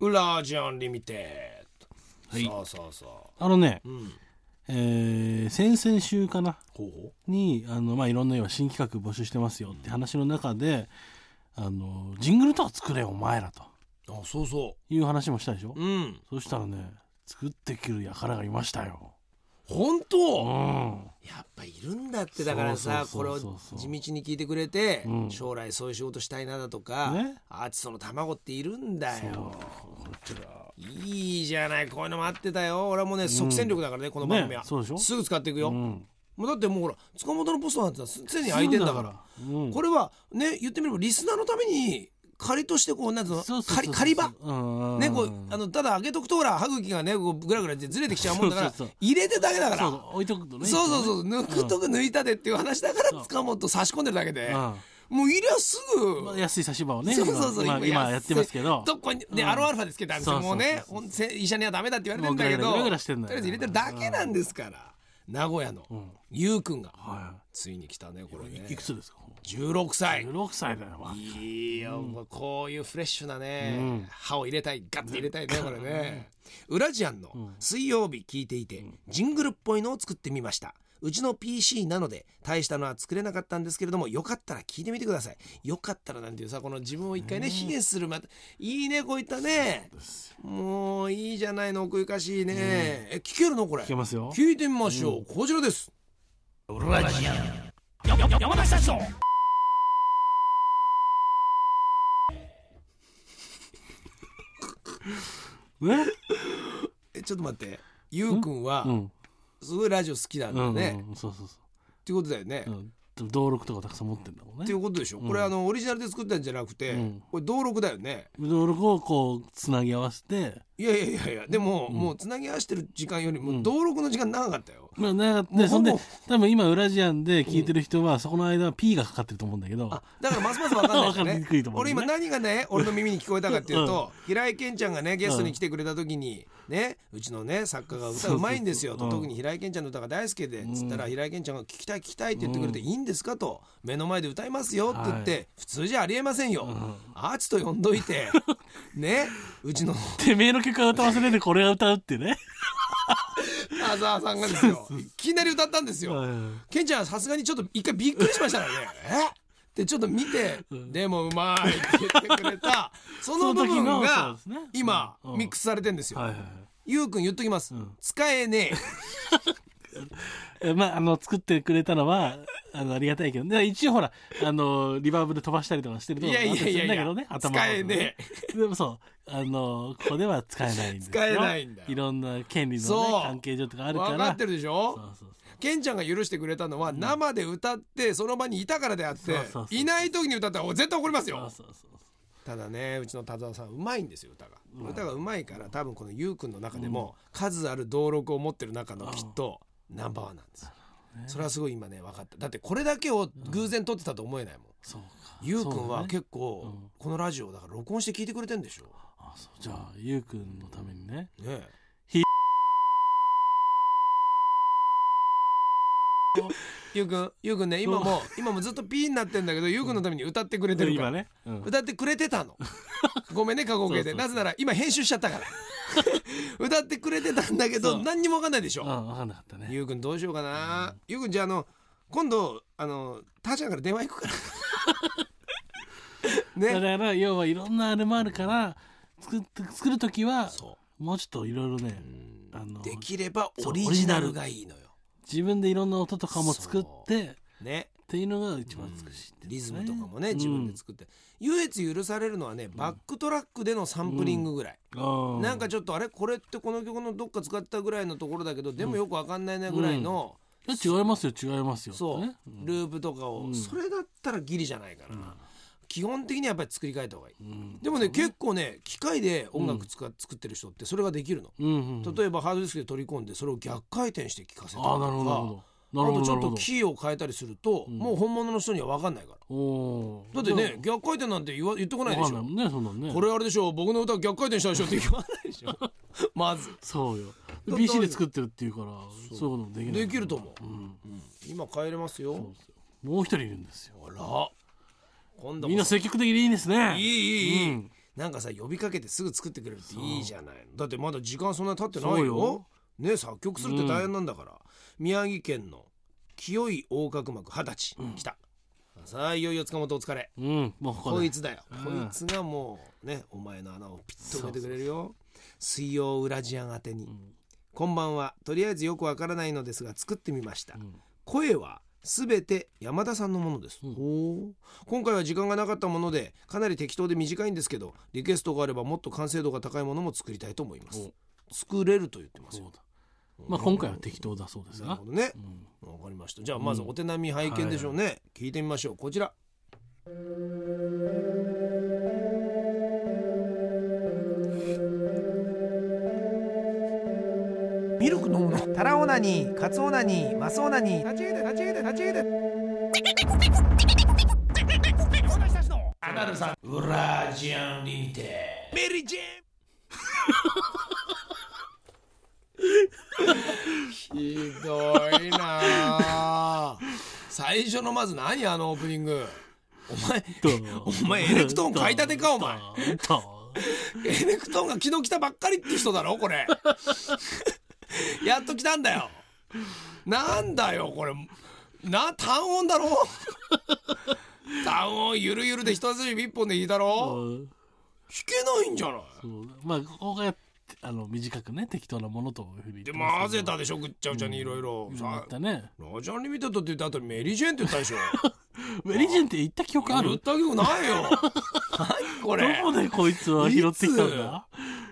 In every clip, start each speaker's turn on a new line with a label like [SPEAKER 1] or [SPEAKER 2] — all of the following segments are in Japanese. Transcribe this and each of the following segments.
[SPEAKER 1] ウラージャンリミテッド、
[SPEAKER 2] はい
[SPEAKER 1] そうそうそ
[SPEAKER 2] あのね、
[SPEAKER 1] ううん
[SPEAKER 2] えー先々週かな
[SPEAKER 1] ほうほ
[SPEAKER 2] にあの、まあ、いろんな今新企画募集してますよって話の中で、あのジングルとか作れよお前らと
[SPEAKER 1] うあそうそ
[SPEAKER 2] いう話もしたでしょ、
[SPEAKER 1] ううん
[SPEAKER 2] そしたらね作ってくる輩がいましたよ
[SPEAKER 1] 本
[SPEAKER 2] う
[SPEAKER 1] 当
[SPEAKER 2] ん
[SPEAKER 1] やっぱいるんだってだからさ
[SPEAKER 2] そ
[SPEAKER 1] こ
[SPEAKER 2] う
[SPEAKER 1] れ
[SPEAKER 2] そ
[SPEAKER 1] を
[SPEAKER 2] う
[SPEAKER 1] 地
[SPEAKER 2] そうそ
[SPEAKER 1] 道
[SPEAKER 2] う
[SPEAKER 1] に聞いてくれて、
[SPEAKER 2] うん
[SPEAKER 1] 将来そういう仕事したいなだとか、
[SPEAKER 2] ね
[SPEAKER 1] アーティストの卵っているんだよ
[SPEAKER 2] そうこちら
[SPEAKER 1] いいじゃないこういうの待ってたよ俺はもうね即戦力だからね、この番組は、
[SPEAKER 2] ねそうでしょ
[SPEAKER 1] すぐ使っていくよ、
[SPEAKER 2] うん
[SPEAKER 1] もうだってもうほら塚本のポストなんてす常に空いてんだから
[SPEAKER 2] うん
[SPEAKER 1] これはね言ってみればリスナーのために仮としてこうなんつうの
[SPEAKER 2] そうそうそう
[SPEAKER 1] 仮仮場
[SPEAKER 2] うんうん
[SPEAKER 1] ねこうあのただ開けとくとほら歯茎がねこうグラグラってずれてきちゃうもんだから
[SPEAKER 2] そうそうそう
[SPEAKER 1] 入れてだけだか
[SPEAKER 2] そ
[SPEAKER 1] ら
[SPEAKER 2] うそう置いとくとね
[SPEAKER 1] そうそうそう抜くとく抜いたでっていう話だから塚本差し込んでるだけでもう入れはす
[SPEAKER 2] うんまあ
[SPEAKER 1] ぐ
[SPEAKER 2] 安い差し歯をね
[SPEAKER 1] そうそうそう
[SPEAKER 2] 今今今やってますけど
[SPEAKER 1] どこにねアロンアルファでつけたんです
[SPEAKER 2] そ
[SPEAKER 1] よ
[SPEAKER 2] うそう
[SPEAKER 1] もうね
[SPEAKER 2] そうそ
[SPEAKER 1] ほ
[SPEAKER 2] う
[SPEAKER 1] んせ医者にはダメだって言われてんだけど
[SPEAKER 2] もうグラグラグラグラして
[SPEAKER 1] と
[SPEAKER 2] ん
[SPEAKER 1] りあ
[SPEAKER 2] だよ
[SPEAKER 1] えず入れてるだけなんですから名古屋のゆうくんが
[SPEAKER 2] は
[SPEAKER 1] ついに来たねこれね
[SPEAKER 2] いいくつですか
[SPEAKER 1] 16歳
[SPEAKER 2] 16歳だよ
[SPEAKER 1] いいよ、もうこういうフレッシュなね、
[SPEAKER 2] うん
[SPEAKER 1] 歯を入れたいガッて入れたいねこれねウラジアンの水曜日聞いていて、ジングルっぽいのを作ってみましたうちの PC なので大したのは作れなかったんですけれどもよかったら聞いてみてくださいよかったらなんていうさこの自分を一回ね卑下するまたいいねこういったね
[SPEAKER 2] です
[SPEAKER 1] もういいじゃないの奥ゆかしいね、え聞けるのこれ
[SPEAKER 2] 聞けますよ
[SPEAKER 1] 聞いてみましょう、こちらです
[SPEAKER 2] 山梨社長ね
[SPEAKER 1] えちょっと待ってゆうくんは、
[SPEAKER 2] うん
[SPEAKER 1] すごいラジオ好きなんだ
[SPEAKER 2] う
[SPEAKER 1] よ
[SPEAKER 2] ん
[SPEAKER 1] ね、
[SPEAKER 2] うんそうそうそ
[SPEAKER 1] っていうことだよね、
[SPEAKER 2] う
[SPEAKER 1] っ
[SPEAKER 2] うんでも登録とかたくさん持ってんだもん
[SPEAKER 1] てい
[SPEAKER 2] ね
[SPEAKER 1] うことでしょ、
[SPEAKER 2] うん
[SPEAKER 1] これあのオリジナルで作ったんじゃなくて、
[SPEAKER 2] うん
[SPEAKER 1] これ登録だよね
[SPEAKER 2] 登録をこうつなぎ合わせて
[SPEAKER 1] いやいやいやいやでも、
[SPEAKER 2] うん
[SPEAKER 1] もうつなぎ合わせてる時間よりも
[SPEAKER 2] うん
[SPEAKER 1] 登録の時間長かったよ、
[SPEAKER 2] まあなんか
[SPEAKER 1] もう
[SPEAKER 2] ねそんで
[SPEAKER 1] ほぼ
[SPEAKER 2] 多分今ウラジアンで聞いてる人はそこの間は P がかかってると思うんだけど
[SPEAKER 1] あだからますます分かんないです
[SPEAKER 2] わかり
[SPEAKER 1] ね
[SPEAKER 2] にくいと思う
[SPEAKER 1] 俺
[SPEAKER 2] ね
[SPEAKER 1] 今何が ね俺の耳に聞こえたかっていうと、平井堅ちゃんがねゲストに来てくれた時にねうちのね作家が歌うまいんですよと
[SPEAKER 2] そうそうそう
[SPEAKER 1] 特に平井堅ちゃんの歌が大好きでつったら平井堅ちゃんが「聞きたい聞きたい」って言ってくれて「いいんですか?」と「目の前で歌いますよ」って言って、
[SPEAKER 2] は
[SPEAKER 1] 普通じゃありえませんよ、
[SPEAKER 2] ん
[SPEAKER 1] アーチと呼んどい てねうちの
[SPEAKER 2] てめえの曲は歌わせねえでこれは歌うってね
[SPEAKER 1] アザーさんがですよいきなり歌ったんですよケンちゃんはさすがにちょっと一回びっくりし ましたからねえってちょっと見て、でもうまいって言ってくれ たその部分
[SPEAKER 2] その時のそう
[SPEAKER 1] が
[SPEAKER 2] ですね
[SPEAKER 1] 今
[SPEAKER 2] うん
[SPEAKER 1] ミックスされてんですよ、
[SPEAKER 2] はいはいはい
[SPEAKER 1] ゆうくん言っときます、使えね
[SPEAKER 2] えまああの作ってくれたのはあのありがたいけどで一応ほらあのリバーブで飛ばしたりとかしてる
[SPEAKER 1] え
[SPEAKER 2] と
[SPEAKER 1] い
[SPEAKER 2] こ
[SPEAKER 1] やい
[SPEAKER 2] も
[SPEAKER 1] や
[SPEAKER 2] あったり
[SPEAKER 1] い
[SPEAKER 2] す
[SPEAKER 1] やい
[SPEAKER 2] るん
[SPEAKER 1] や
[SPEAKER 2] だけどね頭の
[SPEAKER 1] 使
[SPEAKER 2] 中で
[SPEAKER 1] えねえ
[SPEAKER 2] でもそうあのここでは使えないんですよ
[SPEAKER 1] 使えないんだよ
[SPEAKER 2] いろんな権利の、
[SPEAKER 1] そう
[SPEAKER 2] ね、関係上とかあるから
[SPEAKER 1] 分かってるでし
[SPEAKER 2] そう
[SPEAKER 1] ょ
[SPEAKER 2] そうそ
[SPEAKER 1] ケンちゃんが許してくれたのは生で歌ってその場にいたからであって
[SPEAKER 2] そうそうそう
[SPEAKER 1] いない時に歌ったら絶対怒りますよ
[SPEAKER 2] うそうそうそう
[SPEAKER 1] ただねうちの田沢さんうまいんですよ歌が、歌がうまいから多分このゆうくんの中でも、数ある登録を持ってる中のきっとナンバーワンなんですよ、それはすごい今ね分かっただってこれだけを偶然撮ってたと思えないもん、
[SPEAKER 2] そうか
[SPEAKER 1] ゆうくん
[SPEAKER 2] そうだ
[SPEAKER 1] は
[SPEAKER 2] ね
[SPEAKER 1] 結構、
[SPEAKER 2] うん
[SPEAKER 1] このラジオだから録音して聞いてくれてんでしょ
[SPEAKER 2] あそうじゃあゆうくんのためにね
[SPEAKER 1] ねえ
[SPEAKER 2] ひ
[SPEAKER 1] ゆうくんゆうくんね今も今もずっとピーになってんだけどゆうくんのために歌ってくれてるから
[SPEAKER 2] 今ね、うん
[SPEAKER 1] 歌ってくれてた のごめんね過去形
[SPEAKER 2] そうそう
[SPEAKER 1] で
[SPEAKER 2] そう
[SPEAKER 1] なぜなら今編集しちゃ ったから歌ってくれてたんだけど
[SPEAKER 2] そう
[SPEAKER 1] 何にも分かんないでし
[SPEAKER 2] う
[SPEAKER 1] ょ
[SPEAKER 2] ん分かんなかったね
[SPEAKER 1] ゆうくんどうしようかなゆうくんじゃああの今度あのたーちゃんから電話行 くから
[SPEAKER 2] だ
[SPEAKER 1] ね
[SPEAKER 2] から要はいろんなあれもあるから作って作る時は
[SPEAKER 1] そ
[SPEAKER 2] もうちょっといろいろね
[SPEAKER 1] ううん
[SPEAKER 2] あの
[SPEAKER 1] できればオリジナルがいいのよ
[SPEAKER 2] 自分でいろんな音とかも作って
[SPEAKER 1] ね
[SPEAKER 2] っていうのが一番美しいって
[SPEAKER 1] リ
[SPEAKER 2] い
[SPEAKER 1] ズ
[SPEAKER 2] うね、
[SPEAKER 1] ムとかもね自分で作って唯一許されるのはねバックトラックでのサンプリングぐらい
[SPEAKER 2] うん
[SPEAKER 1] なんかちょっとあれこれってこの曲のどっか使ったぐらいのところだけどでもよくわかんないねぐらいの、
[SPEAKER 2] いや違いますよ違いますよ
[SPEAKER 1] そう、
[SPEAKER 2] ね
[SPEAKER 1] ループとかを、
[SPEAKER 2] うん
[SPEAKER 1] それだったらギリじゃないかな、基本的にはやっぱり作り変えた方がいい
[SPEAKER 2] うん
[SPEAKER 1] でもね、結構ね機械で音楽つか、作ってる人ってそれができるの、
[SPEAKER 2] うんうんうん
[SPEAKER 1] 例えばハードディスクで取り込んでそれを逆回転して聞かせたりとか
[SPEAKER 2] ああなるほどなるほどなる
[SPEAKER 1] あ
[SPEAKER 2] ほ
[SPEAKER 1] とち
[SPEAKER 2] ど
[SPEAKER 1] ょっ
[SPEAKER 2] なる
[SPEAKER 1] と
[SPEAKER 2] ほ
[SPEAKER 1] キーを変えたりすると、
[SPEAKER 2] うん
[SPEAKER 1] もう本物の人には分かんないから
[SPEAKER 2] どお
[SPEAKER 1] だってね逆回転なんて言わ言ってこないで
[SPEAKER 2] わか
[SPEAKER 1] し
[SPEAKER 2] んない
[SPEAKER 1] ょ
[SPEAKER 2] もんねそんなんね
[SPEAKER 1] これあれでしょ僕の歌逆回転したでしょって言わないでしょ まず
[SPEAKER 2] そうよ
[SPEAKER 1] だ
[SPEAKER 2] PC で作ってるっていうからそういうこともできない
[SPEAKER 1] できると思う
[SPEAKER 2] うん
[SPEAKER 1] 今帰れますよ
[SPEAKER 2] そうですよもう一人いるんですよ
[SPEAKER 1] あら今度こそ
[SPEAKER 2] みんな積極的でいいです
[SPEAKER 1] い
[SPEAKER 2] ね
[SPEAKER 1] いいいいい、
[SPEAKER 2] うん
[SPEAKER 1] なんかさ呼びかけてすぐ作ってくれるっていいじゃないだってまだ時間そんな経ってな
[SPEAKER 2] そ
[SPEAKER 1] いうよ
[SPEAKER 2] よ
[SPEAKER 1] ね作曲するって大変なんだから、宮城県の清い横隔膜二十歳、来たさあいよいよ塚本お疲れ
[SPEAKER 2] うんもうここ
[SPEAKER 1] こ
[SPEAKER 2] で
[SPEAKER 1] いつだよ、
[SPEAKER 2] うん
[SPEAKER 1] こいつがもうねお前の穴をピッと埋めてくれるよ水曜ウラジアン宛てに、こんばんはとりあえずよくわからないのですが作ってみました、
[SPEAKER 2] ん
[SPEAKER 1] 声はすべて山田さんのものです、ほう今回は時間がなかったものでかなり適当で短いんですけどリクエストがあればもっと完成度が高いものも作りたいと思います
[SPEAKER 2] お
[SPEAKER 1] 作れると言ってます
[SPEAKER 2] そ
[SPEAKER 1] よ
[SPEAKER 2] うだまあ今回は適当だそうです
[SPEAKER 1] なる
[SPEAKER 2] が
[SPEAKER 1] ほどね
[SPEAKER 2] うん
[SPEAKER 1] わかりましたじゃあまずお手並み拝見でしょうね、聞いてみましょうこちらミルク飲むのタラオナニーカツオナニーマスオナニー立ち入れ立ち入れ立ち入れアナルさんウラジアンリミテメリージェンひどいなあ最初のまず何あのオープニングお前お前エレクトーン買いたてかお前
[SPEAKER 2] と
[SPEAKER 1] エレクトーンが昨日来たばっかりって人だろこれ やっと来たんだよなんだよこれな単音だろ 単音ゆるゆるで人差し指一本で弾いたろ
[SPEAKER 2] うん
[SPEAKER 1] 弾けないんじゃない
[SPEAKER 2] そうまあここがあの短くね適当なものというふうに
[SPEAKER 1] で
[SPEAKER 2] 言ってますけ
[SPEAKER 1] 混ぜ
[SPEAKER 2] ど
[SPEAKER 1] たでしょぐっちゃぐちゃにいろいろ
[SPEAKER 2] うん言
[SPEAKER 1] さ
[SPEAKER 2] ったね
[SPEAKER 1] ラジャンリミテッドって言った後にメリージェーンって言ったでしょ
[SPEAKER 2] ウェリジェンって言った記憶あ
[SPEAKER 1] 言っ
[SPEAKER 2] る
[SPEAKER 1] た曲ないよ何こ
[SPEAKER 2] ど
[SPEAKER 1] れ
[SPEAKER 2] こでこいつは拾ってきたんだ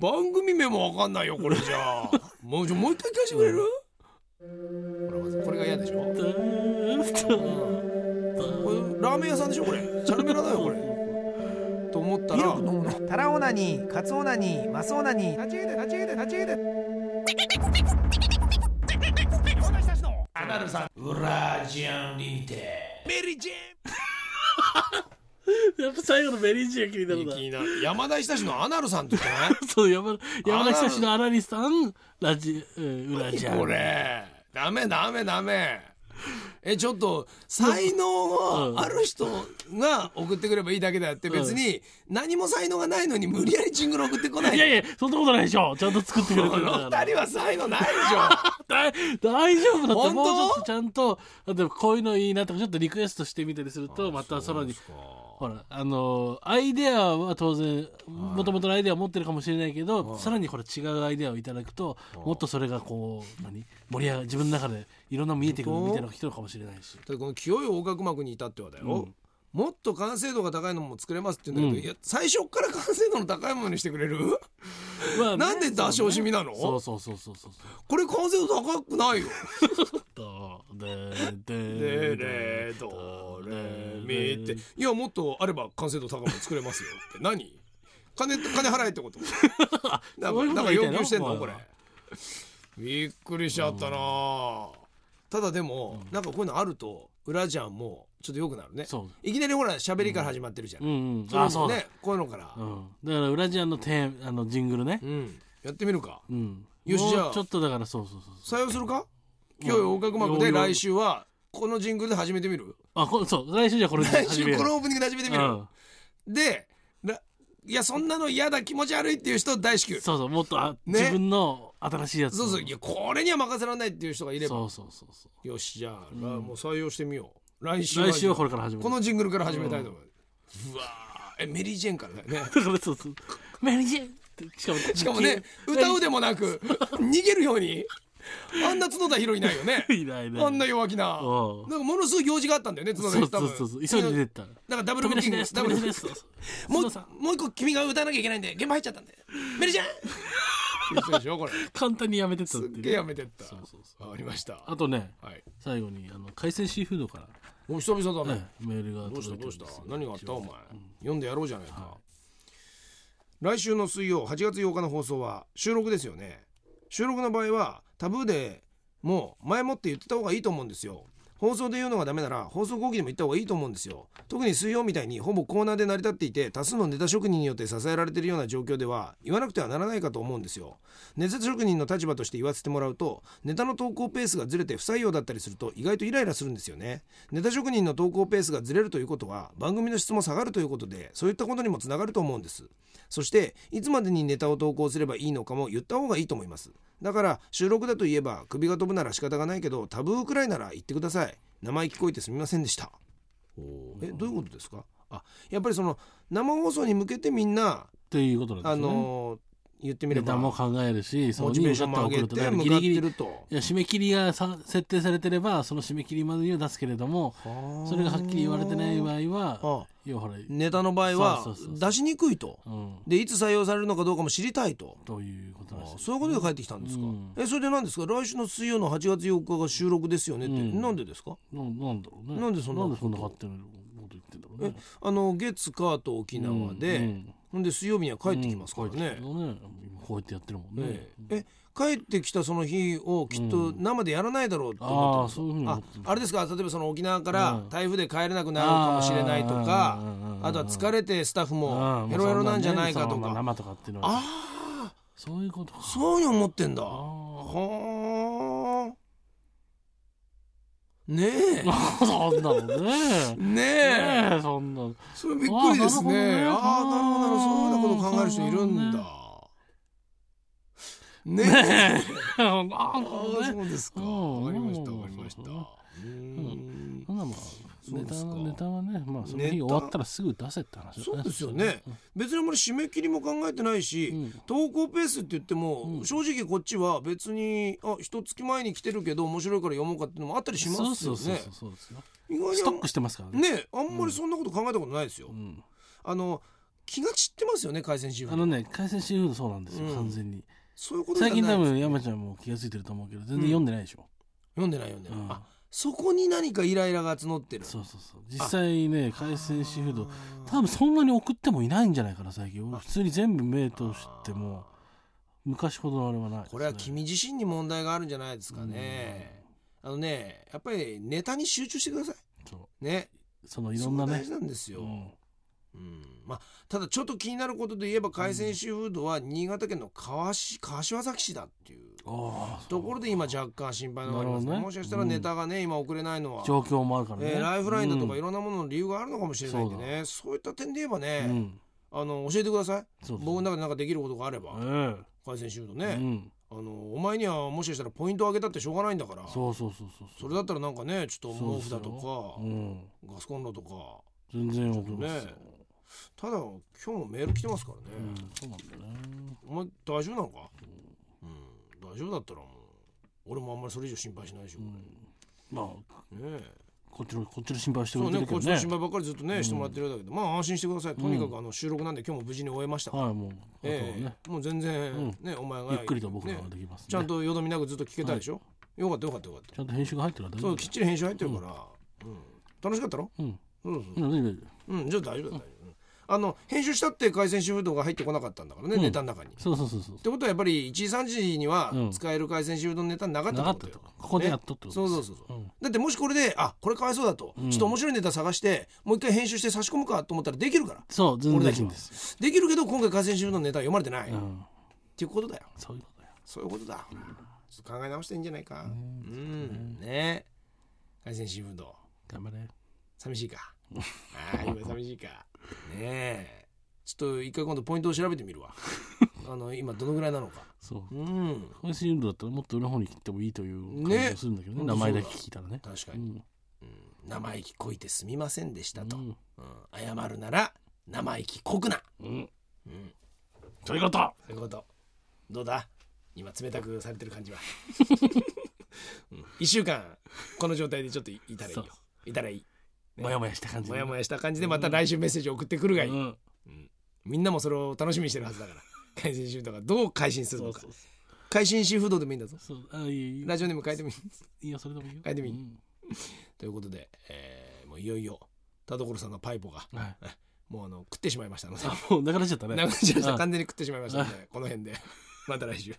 [SPEAKER 1] 番組名もわかんないよこれじゃあもうじゃあもう一回聞かせてくれる、ほらまずこれが嫌でしょ
[SPEAKER 2] だーっ
[SPEAKER 1] これ
[SPEAKER 2] と
[SPEAKER 1] ラーメン屋さんでしょこれチャルメラだよこれと思ったら
[SPEAKER 3] タラオナニーカツオナニーマスオナニー立ち入れ立ち入れ立ち入れ
[SPEAKER 1] メリージ
[SPEAKER 2] やっぱ最後のメリージェンが気にな
[SPEAKER 1] ェーン
[SPEAKER 2] るな
[SPEAKER 1] 気になる山田久志のアナルさんって言ってな
[SPEAKER 2] そう山山田久志のアナリスさんラジうん裏ジャ
[SPEAKER 1] い
[SPEAKER 2] ン
[SPEAKER 1] これダメダメダメえちょっと才能がある人が送ってくればいいだけであって別に何も才能がないのに無理やりジングル送ってこない
[SPEAKER 2] いやいやそんなことないでしょちゃんと作ってくれて
[SPEAKER 1] こ
[SPEAKER 2] るんだ
[SPEAKER 1] の
[SPEAKER 2] から
[SPEAKER 1] 二人は才能ないでしょ
[SPEAKER 2] だ大丈夫だって
[SPEAKER 1] 本当
[SPEAKER 2] もうちょっとちゃんとあでもこういうのいいなとかちょっとリクエストしてみたりするとまたさらにほらあのアイデアは当然もともとのアイデアは持ってるかもしれないけどさらにこれ違うアイデアをいただくともっとそれがこう何盛り上が自分の中でいろんな見えてくるみたいな人かもしれないし
[SPEAKER 1] だってこの清い横隔膜に至ってはだよ、もっと完成度が高いのも作れますって言うんだけど、いや最初っから完成度の高いものにしてくれる
[SPEAKER 2] まあね
[SPEAKER 1] なんで出し惜しみなの
[SPEAKER 2] そうそうそうそうそうそう
[SPEAKER 1] これ完成度高くないよ。
[SPEAKER 2] ドでで
[SPEAKER 1] レレドレミっていやもっとあれば完成度高いもの作れますよ って何金金払えってことなん
[SPEAKER 2] そ
[SPEAKER 1] か
[SPEAKER 2] ういう
[SPEAKER 1] な
[SPEAKER 2] こ
[SPEAKER 1] ん
[SPEAKER 2] と
[SPEAKER 1] か
[SPEAKER 2] みたいな
[SPEAKER 1] 要求してんの
[SPEAKER 2] お
[SPEAKER 1] こ
[SPEAKER 2] 前
[SPEAKER 1] れ
[SPEAKER 2] は
[SPEAKER 1] びっくりしちゃったなあただでも、なんかこういうのあると裏じゃんもうちょっと良くなるね
[SPEAKER 2] そう
[SPEAKER 1] いきなりほら喋りから始まってるじゃん、
[SPEAKER 2] うんうん
[SPEAKER 1] それも
[SPEAKER 2] あそうだ
[SPEAKER 1] ねこういうのから、
[SPEAKER 2] うんだからウラジアンのテーマあのジングルね
[SPEAKER 1] うん、やってみるか
[SPEAKER 2] うん
[SPEAKER 1] よし
[SPEAKER 2] もう
[SPEAKER 1] じゃあ
[SPEAKER 2] ちょっとだからそうそうそうそう
[SPEAKER 1] 採用するか今日横隔膜
[SPEAKER 2] よ
[SPEAKER 1] で
[SPEAKER 2] よ
[SPEAKER 1] 来週はこのジングルで始めてみる
[SPEAKER 2] あこそう来週じゃあこれで
[SPEAKER 1] 来
[SPEAKER 2] 始め
[SPEAKER 1] 週
[SPEAKER 2] よう
[SPEAKER 1] このオープニングで始めてみる、でらいやそんなの嫌だ気持ち悪いっていう人大至
[SPEAKER 2] うん
[SPEAKER 1] 急そ
[SPEAKER 2] そうそうもっとあ、
[SPEAKER 1] ね
[SPEAKER 2] 自分の新しいやつ
[SPEAKER 1] うそういやこれには任せられないっていう人がいれば
[SPEAKER 2] そうそうそうそ
[SPEAKER 1] よしじゃあ、らもう採用してみよう来週
[SPEAKER 2] う来週はこれから始める
[SPEAKER 1] このジングルから始めたいと思う、うわーえメリー・ジェーンからだよ ね
[SPEAKER 2] だからそうそうメリージェンってしかも
[SPEAKER 1] しかもね歌うでもなく逃げるようにあんな角田ヒロいないよね
[SPEAKER 2] いないね
[SPEAKER 1] あんな弱気な
[SPEAKER 2] うん
[SPEAKER 1] なんかものすごい行事があったんだよね角田
[SPEAKER 2] そ
[SPEAKER 1] ヒ
[SPEAKER 2] う
[SPEAKER 1] ロ多
[SPEAKER 2] そう
[SPEAKER 1] 分
[SPEAKER 2] そうそう急いで出てった
[SPEAKER 1] なんかダブルブッ
[SPEAKER 2] 飛び出
[SPEAKER 1] キ
[SPEAKER 2] し
[SPEAKER 1] ング
[SPEAKER 2] です
[SPEAKER 1] ダ
[SPEAKER 2] 飛
[SPEAKER 1] ブ
[SPEAKER 2] び
[SPEAKER 1] ル
[SPEAKER 2] 出しですそうそう
[SPEAKER 1] もう
[SPEAKER 2] 須藤さん
[SPEAKER 1] もう一個君が歌わなきゃいけないんで現場入っちゃったんでメ リージェーンって言ってたでしょこれ
[SPEAKER 2] 簡単にやめてったっ
[SPEAKER 1] す
[SPEAKER 2] て
[SPEAKER 1] っ
[SPEAKER 2] いう
[SPEAKER 1] げえやめてった
[SPEAKER 2] そうそうそ
[SPEAKER 1] わかりました
[SPEAKER 2] うあとね
[SPEAKER 1] はい
[SPEAKER 2] 最後にあの海鮮シーフードから
[SPEAKER 1] お久々だね
[SPEAKER 2] ねメールが
[SPEAKER 1] どうし
[SPEAKER 2] 届
[SPEAKER 1] たどう
[SPEAKER 2] いてる
[SPEAKER 1] んした
[SPEAKER 2] ですよ
[SPEAKER 1] 何があったお前読んでやろうじゃないか来週の水曜8月8日の放送は収録ですよね収録の場合はタブーでもう前もって言ってた方がいいと思うんですよ放送で言うのがダメなら放送後期でも言った方がいいと思うんですよ特に水曜みたいにほぼコーナーで成り立っていて多数のネタ職人によって支えられているような状況では言わなくてはならないかと思うんですよネタ職人の立場として言わせてもらうとネタの投稿ペースがずれて不採用だったりすると意外とイライラするんですよねネタ職人の投稿ペースがずれるということは番組の質も下がるということでそういったことにもつながると思うんですそしていつまでにネタを投稿すればいいのかも言った方がいいと思いますだから収録だといえば首が飛ぶなら仕方がないけどタブーくらいなら言ってください生意気こいてすみませんでしたえどういうことですかあやっぱりその生放送に向けてみんな、
[SPEAKER 2] ということなんで
[SPEAKER 1] あ
[SPEAKER 2] すよね。
[SPEAKER 1] のー言ってみれ
[SPEAKER 2] ネタ
[SPEAKER 1] ば
[SPEAKER 2] も
[SPEAKER 1] モ
[SPEAKER 2] 考えるし、その
[SPEAKER 1] チベーションも上げ
[SPEAKER 2] ニュー
[SPEAKER 1] て
[SPEAKER 2] ショットが
[SPEAKER 1] 向か
[SPEAKER 2] 来ると
[SPEAKER 1] っ
[SPEAKER 2] だからギリギ
[SPEAKER 1] て
[SPEAKER 2] リ
[SPEAKER 1] ると
[SPEAKER 2] いや締め切りがさ設定されてればその締め切りまでには出すけれどもそれがはっきり言われてない場合は
[SPEAKER 1] あ
[SPEAKER 2] 要はほら、う
[SPEAKER 1] ネタの場合は
[SPEAKER 2] そうそうそうそう
[SPEAKER 1] 出しにくいと
[SPEAKER 2] ん、
[SPEAKER 1] でいつ採用されるのかどうかも知りたいと
[SPEAKER 2] ということなんです
[SPEAKER 1] そういうことで帰ってきたんですか、
[SPEAKER 2] うん
[SPEAKER 1] えそれで何ですか来週の水曜の8月4日が収録ですよねって、
[SPEAKER 2] うん
[SPEAKER 1] なんでですか
[SPEAKER 2] なんなんだろうね
[SPEAKER 1] なんでそんなこと
[SPEAKER 2] なんでそんな勝手なこと言ってんだろうね
[SPEAKER 1] あの月火と沖縄で、
[SPEAKER 2] うんうん
[SPEAKER 1] ほんで水曜日には帰ってきますからね、
[SPEAKER 2] うん帰ってきたね今こうやってやってるもんね、
[SPEAKER 1] えええ帰ってきたその日をきっと生でやらないだろうと
[SPEAKER 2] あ
[SPEAKER 1] 思
[SPEAKER 2] あ
[SPEAKER 1] って
[SPEAKER 2] そういうふうに
[SPEAKER 1] ま
[SPEAKER 2] 思
[SPEAKER 1] す、
[SPEAKER 2] って
[SPEAKER 1] ああれですか例えばその沖縄から
[SPEAKER 2] うん
[SPEAKER 1] 台風で帰れなくなるかもしれないとか
[SPEAKER 2] うんうんうんうんうん
[SPEAKER 1] あとは疲れてスタッフも
[SPEAKER 2] うん
[SPEAKER 1] ヘロヘロなんじゃないかと
[SPEAKER 2] そんねその
[SPEAKER 1] か
[SPEAKER 2] 生とかっていうのは
[SPEAKER 1] ああ
[SPEAKER 2] そういうことか
[SPEAKER 1] そういうふうに思ってんだは
[SPEAKER 2] あ
[SPEAKER 1] あ ね
[SPEAKER 2] あそんなのね
[SPEAKER 1] えねえ
[SPEAKER 2] ねえそんな
[SPEAKER 1] それびっくりですねあ
[SPEAKER 2] あ
[SPEAKER 1] あなるほどなるほどそういうようなこ
[SPEAKER 2] なるほど
[SPEAKER 1] と考える人いるんだねえ
[SPEAKER 2] ああ
[SPEAKER 1] あ
[SPEAKER 2] そう
[SPEAKER 1] あ
[SPEAKER 2] ね
[SPEAKER 1] そうですか。
[SPEAKER 2] うん
[SPEAKER 1] わかりました。
[SPEAKER 2] うん
[SPEAKER 1] わかりました。
[SPEAKER 2] う
[SPEAKER 1] うんん
[SPEAKER 2] そんなまあ
[SPEAKER 1] そう
[SPEAKER 2] ネ
[SPEAKER 1] で
[SPEAKER 2] タ
[SPEAKER 1] すか
[SPEAKER 2] のネタはねまあその
[SPEAKER 1] ネ
[SPEAKER 2] 日
[SPEAKER 1] タ
[SPEAKER 2] 終わったらすぐ出せって話だ
[SPEAKER 1] そうですよね別にあんまり締め切りも考えてないし、
[SPEAKER 2] うん
[SPEAKER 1] 投稿ペースって言っても、
[SPEAKER 2] うん
[SPEAKER 1] 正直こっちは別にあ一月前に来てるけど面白いから読もうかっていうのもあったりしますよ
[SPEAKER 2] そうそう
[SPEAKER 1] ね
[SPEAKER 2] そう。そうですよ
[SPEAKER 1] 意外に
[SPEAKER 2] ストックしてますからね
[SPEAKER 1] ねあんまりそんなこと考えたことないですよ。
[SPEAKER 2] うん
[SPEAKER 1] あの気が散ってますよね海鮮シーフ
[SPEAKER 2] あ
[SPEAKER 1] ード
[SPEAKER 2] のね海鮮シーフードそうなんですよ
[SPEAKER 1] うん
[SPEAKER 2] 完全に
[SPEAKER 1] そういうことじゃ
[SPEAKER 2] 最
[SPEAKER 1] ない
[SPEAKER 2] 近多分
[SPEAKER 1] 読
[SPEAKER 2] 山ちゃんも気が付いてると思うけど全然読んでないでしょ
[SPEAKER 1] んでない読んでない、
[SPEAKER 2] うん
[SPEAKER 1] あそこに何かイライラが募ってる
[SPEAKER 2] そうそうそう実際ね海鮮シーフード
[SPEAKER 1] あ
[SPEAKER 2] 多分そんなに送ってもいないんじゃないかな最近俺普通に全部目通しても昔ほどのあれはないですね
[SPEAKER 1] これは君自身に問題があるんじゃないですかね。あのね、やっぱりネタに集中してください。
[SPEAKER 2] そ
[SPEAKER 1] ね、
[SPEAKER 2] うそのい
[SPEAKER 1] そ
[SPEAKER 2] ろ
[SPEAKER 1] こ
[SPEAKER 2] んな
[SPEAKER 1] が
[SPEAKER 2] ね
[SPEAKER 1] 大事なんですよ。
[SPEAKER 2] うん
[SPEAKER 1] うんまあ、ただちょっと気になることで言えば海鮮シーフードは新潟県の川し柏崎市だっていう
[SPEAKER 2] ああ
[SPEAKER 1] ところで今若干心配なのがあります、
[SPEAKER 2] なるほどね
[SPEAKER 1] もしかしたらネタがね、今遅れないのは、
[SPEAKER 2] 状況もあるからね、
[SPEAKER 1] えーライフラインだとかい
[SPEAKER 2] ろ
[SPEAKER 1] ろんなものの理由があるのかもしれないんでね、そういった点で言えばね、
[SPEAKER 2] うん
[SPEAKER 1] あの教えてください
[SPEAKER 2] そうそう
[SPEAKER 1] 僕の中でなんかできることがあれば、
[SPEAKER 2] え
[SPEAKER 1] 海鮮シーフード
[SPEAKER 2] えう
[SPEAKER 1] ね、
[SPEAKER 2] ん、
[SPEAKER 1] あのお前にはもしかしたらポイントを上げたってしょうがないんだから
[SPEAKER 2] そうそうそうそう
[SPEAKER 1] それだったらなんかねちょっと毛布だと
[SPEAKER 2] う
[SPEAKER 1] か、
[SPEAKER 2] ん
[SPEAKER 1] ガスコンロとか
[SPEAKER 2] 全然送りま
[SPEAKER 1] ちょ
[SPEAKER 2] す
[SPEAKER 1] っ
[SPEAKER 2] よ
[SPEAKER 1] ただ今日もメール来てますから
[SPEAKER 2] うん
[SPEAKER 1] ね、、
[SPEAKER 2] そうなんだよね
[SPEAKER 1] お前大丈夫なのか、うん、大丈夫だったらもう俺もあんまりそれ以上心配しないでしょ、
[SPEAKER 2] まあ
[SPEAKER 1] これねえ
[SPEAKER 2] こっちのこっちの心配してく
[SPEAKER 1] そ
[SPEAKER 2] れ
[SPEAKER 1] う
[SPEAKER 2] て
[SPEAKER 1] ね
[SPEAKER 2] るけ
[SPEAKER 1] こ
[SPEAKER 2] ど
[SPEAKER 1] っ
[SPEAKER 2] ね
[SPEAKER 1] ちの心配ばっかりずっとね、してもらってるだけでまあ安心してくださいとにか
[SPEAKER 2] う
[SPEAKER 1] くあの収録なんで今日も無事に終えましたから、
[SPEAKER 2] はいもう、
[SPEAKER 1] ええ
[SPEAKER 2] あとはね
[SPEAKER 1] もう全然、
[SPEAKER 2] うん
[SPEAKER 1] ねお前が
[SPEAKER 2] ゆっくりと僕ら
[SPEAKER 1] ね
[SPEAKER 2] ができますね
[SPEAKER 1] ちゃんとよどみなくずっと聞けたでしょ、よかったよかったよかった
[SPEAKER 2] ちゃんと編集が入ってるから大丈
[SPEAKER 1] そ
[SPEAKER 2] 夫
[SPEAKER 1] うきっちり編集入ってるから、うん楽しかったろ
[SPEAKER 2] うん
[SPEAKER 1] そうそうそう
[SPEAKER 2] うん大丈夫大丈
[SPEAKER 1] うん、じゃあ大丈夫だ、大丈夫。あの、編集したって海鮮シーフードが入ってこなかったんだからね、
[SPEAKER 2] うん
[SPEAKER 1] ネタの中に。っ
[SPEAKER 2] 夫そうそうそうそう
[SPEAKER 1] てことはやっぱり1時3時には
[SPEAKER 2] うん
[SPEAKER 1] 使える海鮮シーフードのネタなかった
[SPEAKER 2] な
[SPEAKER 1] っ
[SPEAKER 2] か
[SPEAKER 1] てこと
[SPEAKER 2] った
[SPEAKER 1] よ
[SPEAKER 2] とここでやっとってこと
[SPEAKER 1] そうそう
[SPEAKER 2] そ
[SPEAKER 1] そうそう、
[SPEAKER 2] うん
[SPEAKER 1] だってもしこれであこれかわいそうだと、ちょっと面白いネタ探してもう一回編集して差し込むかと思ったらできるから
[SPEAKER 2] そう全然大丈夫です
[SPEAKER 1] できるけど今回海鮮シーフードのネタは読まれてない、
[SPEAKER 2] う
[SPEAKER 1] っ
[SPEAKER 2] ん
[SPEAKER 1] ていうことだよ
[SPEAKER 2] そういうことや
[SPEAKER 1] そういうことだちょっと考え直していいんじゃないかうんね海鮮シーフード
[SPEAKER 2] 頑張れ
[SPEAKER 1] 寂しい かああ今寂しいかねえちょっと一回今度ポイントを調べてみ るわあの今どのぐらいなのか
[SPEAKER 2] そう
[SPEAKER 1] うん
[SPEAKER 2] これシールドだったらもっと裏の方に切ってもいいという感じ
[SPEAKER 1] ね
[SPEAKER 2] がするんだけどね
[SPEAKER 1] 本当
[SPEAKER 2] 名前だけ
[SPEAKER 1] そうだ
[SPEAKER 2] 聞いたらね
[SPEAKER 1] 確か
[SPEAKER 2] う
[SPEAKER 1] に、
[SPEAKER 2] ん
[SPEAKER 1] 生意気こいてすみませんでしたと、
[SPEAKER 2] うん
[SPEAKER 1] うん謝るなら生意気こくな
[SPEAKER 2] うん
[SPEAKER 1] うん
[SPEAKER 2] ということ
[SPEAKER 1] そういうことどうだ今冷たくされてる感じ は、うん、1週間この状態でちょっといいたらいいよ
[SPEAKER 2] そ
[SPEAKER 1] いたらいい
[SPEAKER 2] もやもやした感じ
[SPEAKER 1] もやもやした感じでまた来週メッセージ送ってくるがいい、
[SPEAKER 2] うん
[SPEAKER 1] みんなもそれを楽しみにしてるはずだ から海鮮シーフードがどう改心する
[SPEAKER 2] そ
[SPEAKER 1] の
[SPEAKER 2] う
[SPEAKER 1] か
[SPEAKER 2] そう
[SPEAKER 1] 海鮮シーフードでもいいんだぞ
[SPEAKER 2] そうあいいよいいよ
[SPEAKER 1] ラジオネーム変えてもいい
[SPEAKER 2] いいよそれでもいいよ
[SPEAKER 1] 書いてもいい
[SPEAKER 2] うん
[SPEAKER 1] ということで、えーもういよいよ田所さんのパイポが
[SPEAKER 2] はい
[SPEAKER 1] もう あの食ってしまいましたので
[SPEAKER 2] あもう流れちゃったね
[SPEAKER 1] 流れちゃいました
[SPEAKER 2] あ
[SPEAKER 1] 完全に食ってしまいましたのでこの辺でまた来週。